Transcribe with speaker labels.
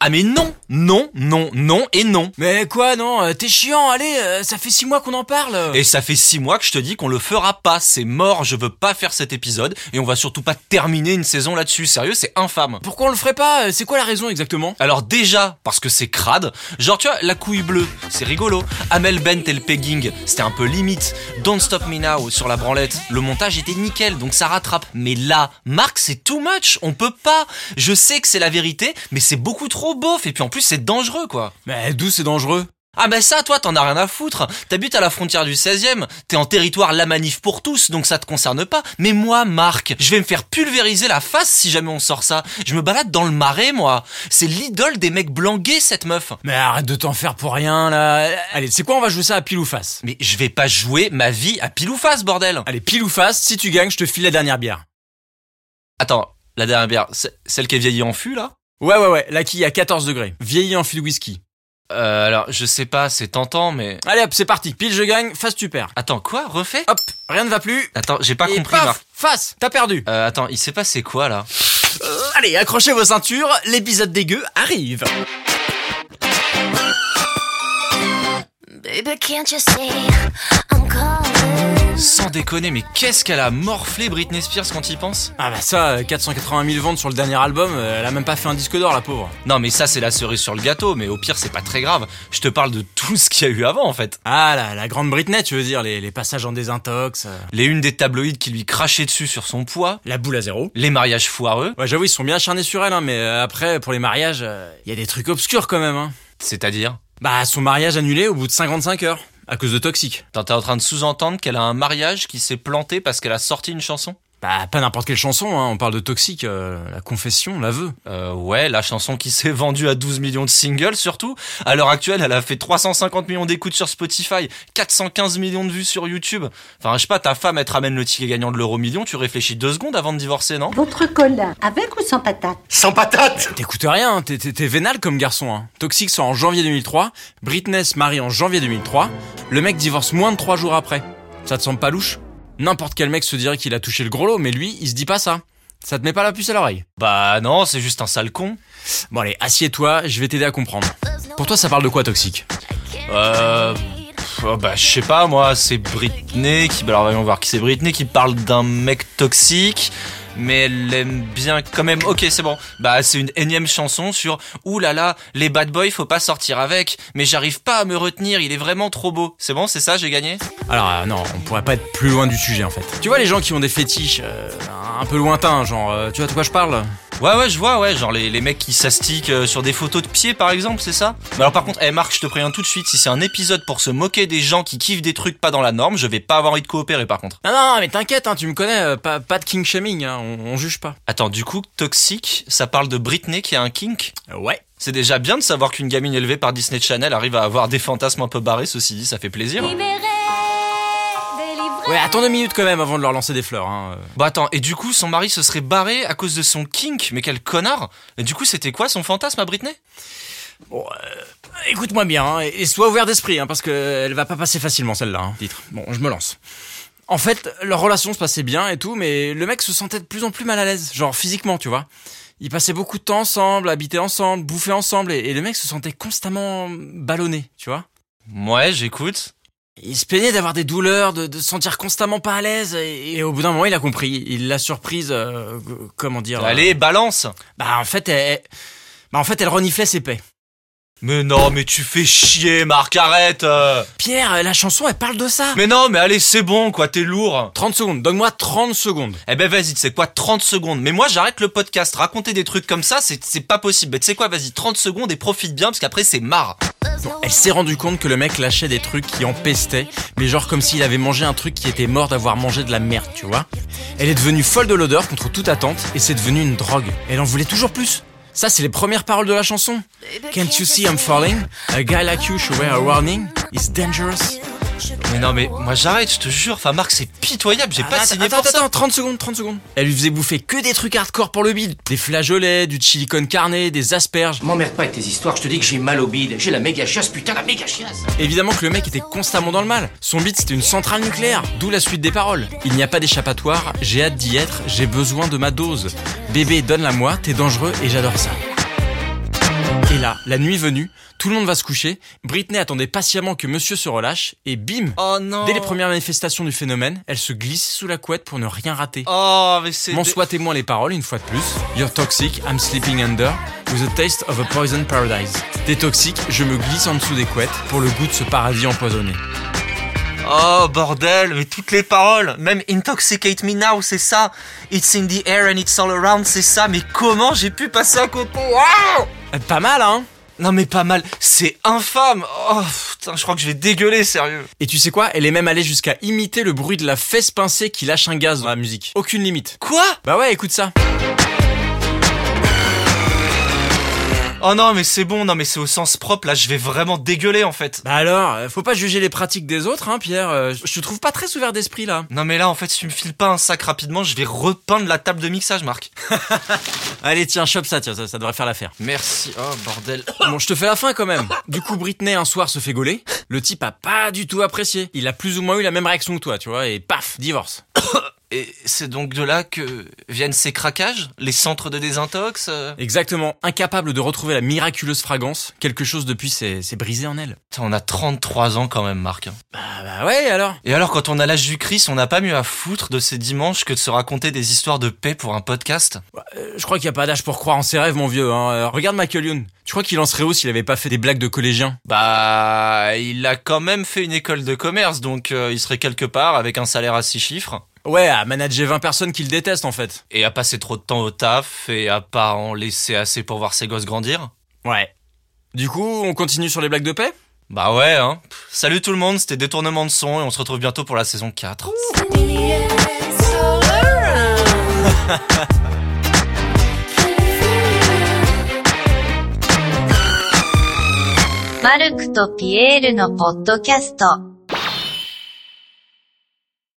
Speaker 1: Ah mais non, non, non, non et non.
Speaker 2: Mais quoi, non, euh, t'es chiant, allez, euh, ça fait six mois qu'on en parle.
Speaker 1: Et ça fait six mois que je te dis qu'on le fera pas, c'est mort, je veux pas faire cet épisode, et on va surtout pas terminer une saison là-dessus, sérieux, c'est infâme.
Speaker 2: Pourquoi on le ferait pas euh, C'est quoi la raison exactement
Speaker 1: Alors déjà, parce que c'est crade, genre tu vois, la couille bleue, c'est rigolo, Amel Bent et le pegging, c'était un peu limite, Don't Stop Me Now sur la branlette, le montage était nickel, donc ça rattrape, mais là, Marc, c'est too much, on peut pas, je sais que c'est la vérité, mais c'est beaucoup trop beauf, et puis en plus c'est dangereux quoi.
Speaker 2: Mais d'où c'est dangereux
Speaker 1: Ah bah ça, toi, t'en as rien à foutre. T'habites à la frontière du 16e, t'es en territoire la manif pour tous, donc ça te concerne pas. Mais moi, Marc, je vais me faire pulvériser la face si jamais on sort ça. Je me balade dans le marais, moi. C'est l'idole des mecs blanqués, cette meuf.
Speaker 2: Mais arrête de t'en faire pour rien, là. Allez, c'est quoi, on va jouer ça à pile ou face
Speaker 1: Mais je vais pas jouer ma vie à pile ou face, bordel.
Speaker 2: Allez, pile ou face, si tu gagnes, je te file la dernière bière.
Speaker 1: Attends, la dernière bière, c'est- celle qui est vieillie en fût, là
Speaker 2: Ouais, ouais, ouais, là qui est à 14 degrés, vieilli en fil whisky.
Speaker 1: Euh, alors, je sais pas, c'est tentant, mais...
Speaker 2: Allez hop, c'est parti, pile je gagne, face tu perds.
Speaker 1: Attends, quoi Refais
Speaker 2: Hop, rien ne va plus.
Speaker 1: Attends, j'ai pas
Speaker 2: Et
Speaker 1: compris,
Speaker 2: paf,
Speaker 1: Marc.
Speaker 2: Face, t'as perdu.
Speaker 1: Euh, attends, il s'est passé quoi, là
Speaker 2: Euh, allez, accrochez vos ceintures, l'épisode dégueu arrive.
Speaker 3: Baby, can't you see I'm calling?
Speaker 1: Sans déconner, mais qu'est-ce qu'elle a morflé Britney Spears quand il pense
Speaker 2: Ah bah ça, euh, 480 000 ventes sur le dernier album, euh, elle a même pas fait un disque d'or la pauvre.
Speaker 1: Non mais ça c'est la cerise sur le gâteau, mais au pire c'est pas très grave. Je te parle de tout ce qu'il y a eu avant en fait.
Speaker 2: Ah la, la grande Britney, tu veux dire, les, les passages en désintox, euh,
Speaker 1: Les unes des tabloïdes qui lui crachaient dessus sur son poids,
Speaker 2: la boule à zéro.
Speaker 1: les mariages foireux,
Speaker 2: Ouais j'avoue, ils sont bien acharnés sur elle, hein, mais euh, après, pour les mariages, il y a des trucs obscurs quand même. Hein.
Speaker 1: c'est-à-dire...
Speaker 2: Bah son mariage annulé au bout de 55 heures, à cause de toxique.
Speaker 1: Attends, T'es en train de sous-entendre qu'elle a un mariage qui s'est planté parce qu'elle a sorti une chanson
Speaker 2: Bah pas n'importe quelle chanson, hein, on parle de toxique, euh, la confession, l'aveu.
Speaker 1: Euh ouais, la chanson qui s'est vendue à 12 millions de singles surtout. À l'heure actuelle, elle a fait 350 millions d'écoutes sur Spotify, 415 millions de vues sur YouTube. Enfin je sais pas, ta femme elle te ramène le ticket gagnant de l'euro million, tu réfléchis deux secondes avant de divorcer, non
Speaker 4: Votre colin, avec ou sans patate
Speaker 5: Sans patate
Speaker 2: T'écoutes rien, hein, t'es- t'es t'es vénal comme garçon. Hein. Toxic sort en janvier 2003, Britney se marie en janvier 2003, le mec divorce moins de 3 jours après. Ça te semble pas louche N'importe quel mec se dirait qu'il a touché le gros lot, mais lui, il se dit pas ça. Ça te met pas la puce à l'oreille.
Speaker 1: Bah non, c'est juste un sale con.
Speaker 2: Bon allez, assieds-toi, je vais t'aider à comprendre. Pour toi, ça parle de quoi, Toxic Um,
Speaker 1: Euh, pff, oh, bah, je sais pas, moi, c'est Britney qui. bah, Alors, voyons voir qui c'est Britney qui parle d'un mec toxique, mais elle aime bien quand même. Ok, c'est bon. Bah, c'est une énième chanson sur Ouh là là, les bad boys, faut pas sortir avec, mais j'arrive pas à me retenir, il est vraiment trop beau. C'est bon, c'est ça, j'ai gagné
Speaker 2: Alors euh, non, on pourrait pas être plus loin du sujet en fait. Tu vois les gens qui ont des fétiches euh, un peu lointains, genre, euh, tu vois de quoi je parle
Speaker 1: Ouais, ouais, je vois, ouais, genre les, les mecs qui s'astiquent euh, sur des photos de pieds, par exemple, c'est ça Mais alors, par contre, eh, Marc, je te préviens tout de suite, si c'est un épisode pour se moquer des gens qui kiffent des trucs pas dans la norme, je vais pas avoir envie de coopérer, par contre.
Speaker 2: Non, non, mais t'inquiète, hein, tu me connais, euh, pas, pas de king shaming, hein, on, on juge pas.
Speaker 1: Attends, du coup, toxique, ça parle de Britney qui a un kink
Speaker 2: Ouais.
Speaker 1: C'est déjà bien de savoir qu'une gamine élevée par Disney Channel arrive à avoir des fantasmes un peu barrés, ceci dit, ça fait plaisir.
Speaker 3: Libéré, délivré.
Speaker 2: Ouais, attends deux minutes quand même avant de leur lancer des fleurs. Hein. euh.
Speaker 1: Bah attends, et du coup, son mari se serait barré à cause de son kink, mais quel connard Et du coup, c'était quoi son fantasme à Britney
Speaker 2: Bon, euh, écoute-moi bien hein, et et sois ouvert d'esprit hein, parce que elle va pas passer facilement celle-là. hein. Titre. Bon, je me lance. En fait, leur relation se passait bien et tout, mais le mec se sentait de plus en plus mal à l'aise, genre physiquement, tu vois. Ils passaient beaucoup de temps ensemble, habitaient ensemble, bouffaient ensemble, et, et le mec se sentait constamment ballonné, tu vois.
Speaker 1: Ouais, j'écoute.
Speaker 2: Il se plaignait d'avoir des douleurs, de, de se sentir constamment pas à l'aise, et, et au bout d'un moment, il a compris. Il l'a surprise, euh, g- comment dire euh,
Speaker 1: Allez, balance
Speaker 2: Bah en fait, elle, bah en fait, elle reniflait ses paix.
Speaker 1: Mais non, mais tu fais chier, Marc, arrête euh.
Speaker 2: Pierre, la chanson, elle parle de ça.
Speaker 1: Mais non, mais allez, c'est bon, quoi, t'es lourd
Speaker 2: 30 secondes, donne-moi 30 secondes.
Speaker 1: Eh ben vas-y, c'est quoi 30 secondes Mais moi j'arrête le podcast, raconter des trucs comme ça, c'est c'est pas possible. Mais tu sais quoi, vas-y, 30 secondes et profite bien parce qu'après c'est marre.
Speaker 2: Elle s'est rendue compte que le mec lâchait des trucs qui empestaient, mais genre comme s'il avait mangé un truc qui était mort d'avoir mangé de la merde, tu vois. Elle est devenue folle de l'odeur contre toute attente et c'est devenu une drogue. Elle en voulait toujours plus. Ça, c'est les premières paroles de la chanson. Can't you see I'm falling? A guy like you should wear a warning. It's dangerous.
Speaker 1: Mais non, mais moi j'arrête, je te jure. Enfin, Marc, c'est pitoyable, j'ai pas
Speaker 2: Ah, Attends,
Speaker 1: signé
Speaker 2: attends,
Speaker 1: pour
Speaker 2: attends,
Speaker 1: ça.
Speaker 2: 30 secondes, 30 secondes. Elle lui faisait bouffer que des trucs hardcore pour le bide. Des flageolets, du chili con carne, des asperges.
Speaker 5: M'emmerde pas avec tes histoires, je te dis que j'ai mal au bide. J'ai la méga chiasse, putain, la méga chiasse
Speaker 2: Évidemment que le mec était constamment dans le mal. Son beat c'était une centrale nucléaire, d'où la suite des paroles. Il n'y a pas d'échappatoire, j'ai hâte d'y être, j'ai besoin de ma dose. Bébé, donne-la moi, t'es dangereux et j'adore ça. Et là, la nuit venue, tout le monde va se coucher. Britney attendait patiemment que monsieur se relâche et bim
Speaker 1: Oh non.
Speaker 2: Dès les premières manifestations du phénomène, elle se glisse sous la couette pour ne rien rater.
Speaker 1: Oh, mais c'est.
Speaker 2: M'en soit témoin les paroles, une fois de plus. You're toxic, I'm sleeping under, with a taste of a poison paradise. T'es toxique, je me glisse en dessous des couettes pour le goût de ce paradis empoisonné.
Speaker 1: Oh bordel, mais toutes les paroles, même Intoxicate Me Now, c'est ça. It's in the air and it's all around, c'est ça. Mais comment j'ai pu passer à côté Waouh
Speaker 2: Euh, Pas mal, hein
Speaker 1: Non mais pas mal, c'est infâme. Oh putain, je crois que je vais dégueuler, sérieux.
Speaker 2: Et tu sais quoi Elle est même allée jusqu'à imiter le bruit de la fesse pincée qui lâche un gaz dans la musique. Aucune limite.
Speaker 1: Quoi
Speaker 2: Bah ouais, écoute ça.
Speaker 1: Oh non, mais c'est bon, non mais c'est au sens propre. Là, je vais vraiment dégueuler en fait.
Speaker 2: Bah alors, euh, faut pas juger les pratiques des autres, hein, Pierre. Euh, Je te trouve pas très ouvert d'esprit là.
Speaker 1: Non mais là, en fait, si tu me files pas un sac rapidement, je vais repeindre la table de mixage, Marc.
Speaker 2: Allez, tiens, chope ça, tiens, ça, ça devrait faire l'affaire.
Speaker 1: Merci. Oh bordel.
Speaker 2: Bon, je te fais la fin quand même. Du coup, Britney un soir se fait gauler. Le type a pas du tout apprécié. Il a plus ou moins eu la même réaction que toi, tu vois, et paf, divorce.
Speaker 1: Et c'est donc de là que viennent ces craquages, les centres de désintox. euh.
Speaker 2: Exactement. Incapable de retrouver la miraculeuse fragrance, quelque chose depuis s'est s'est brisé en elle.
Speaker 1: Putain, on a 33 ans quand même, Marc. hein.
Speaker 2: Ah bah ouais, alors
Speaker 1: Et alors, quand on a l'âge du Christ, on n'a pas mieux à foutre de ces dimanches que de se raconter des histoires de paix pour un podcast.
Speaker 2: Euh, Je crois qu'il y a pas d'âge pour croire en ses rêves, mon vieux. Hein. Euh, regarde Michael Youn. Tu crois qu'il en serait où s'il avait pas fait des blagues de collégiens
Speaker 1: Bah, il a quand même fait une école de commerce, donc euh, il serait quelque part avec un salaire à six chiffres.
Speaker 2: Ouais, à manager 20 personnes qu'il déteste en fait.
Speaker 1: Et à passer trop de temps au taf et à pas en laisser assez pour voir ses gosses grandir.
Speaker 2: Ouais. Du coup, on continue sur les blagues de paix
Speaker 1: Bah ouais, hein. Pff, Salut tout le monde, c'était Détournement de son et on se retrouve bientôt pour la saison 4.
Speaker 6: マルクとピエールのポッドキャスト。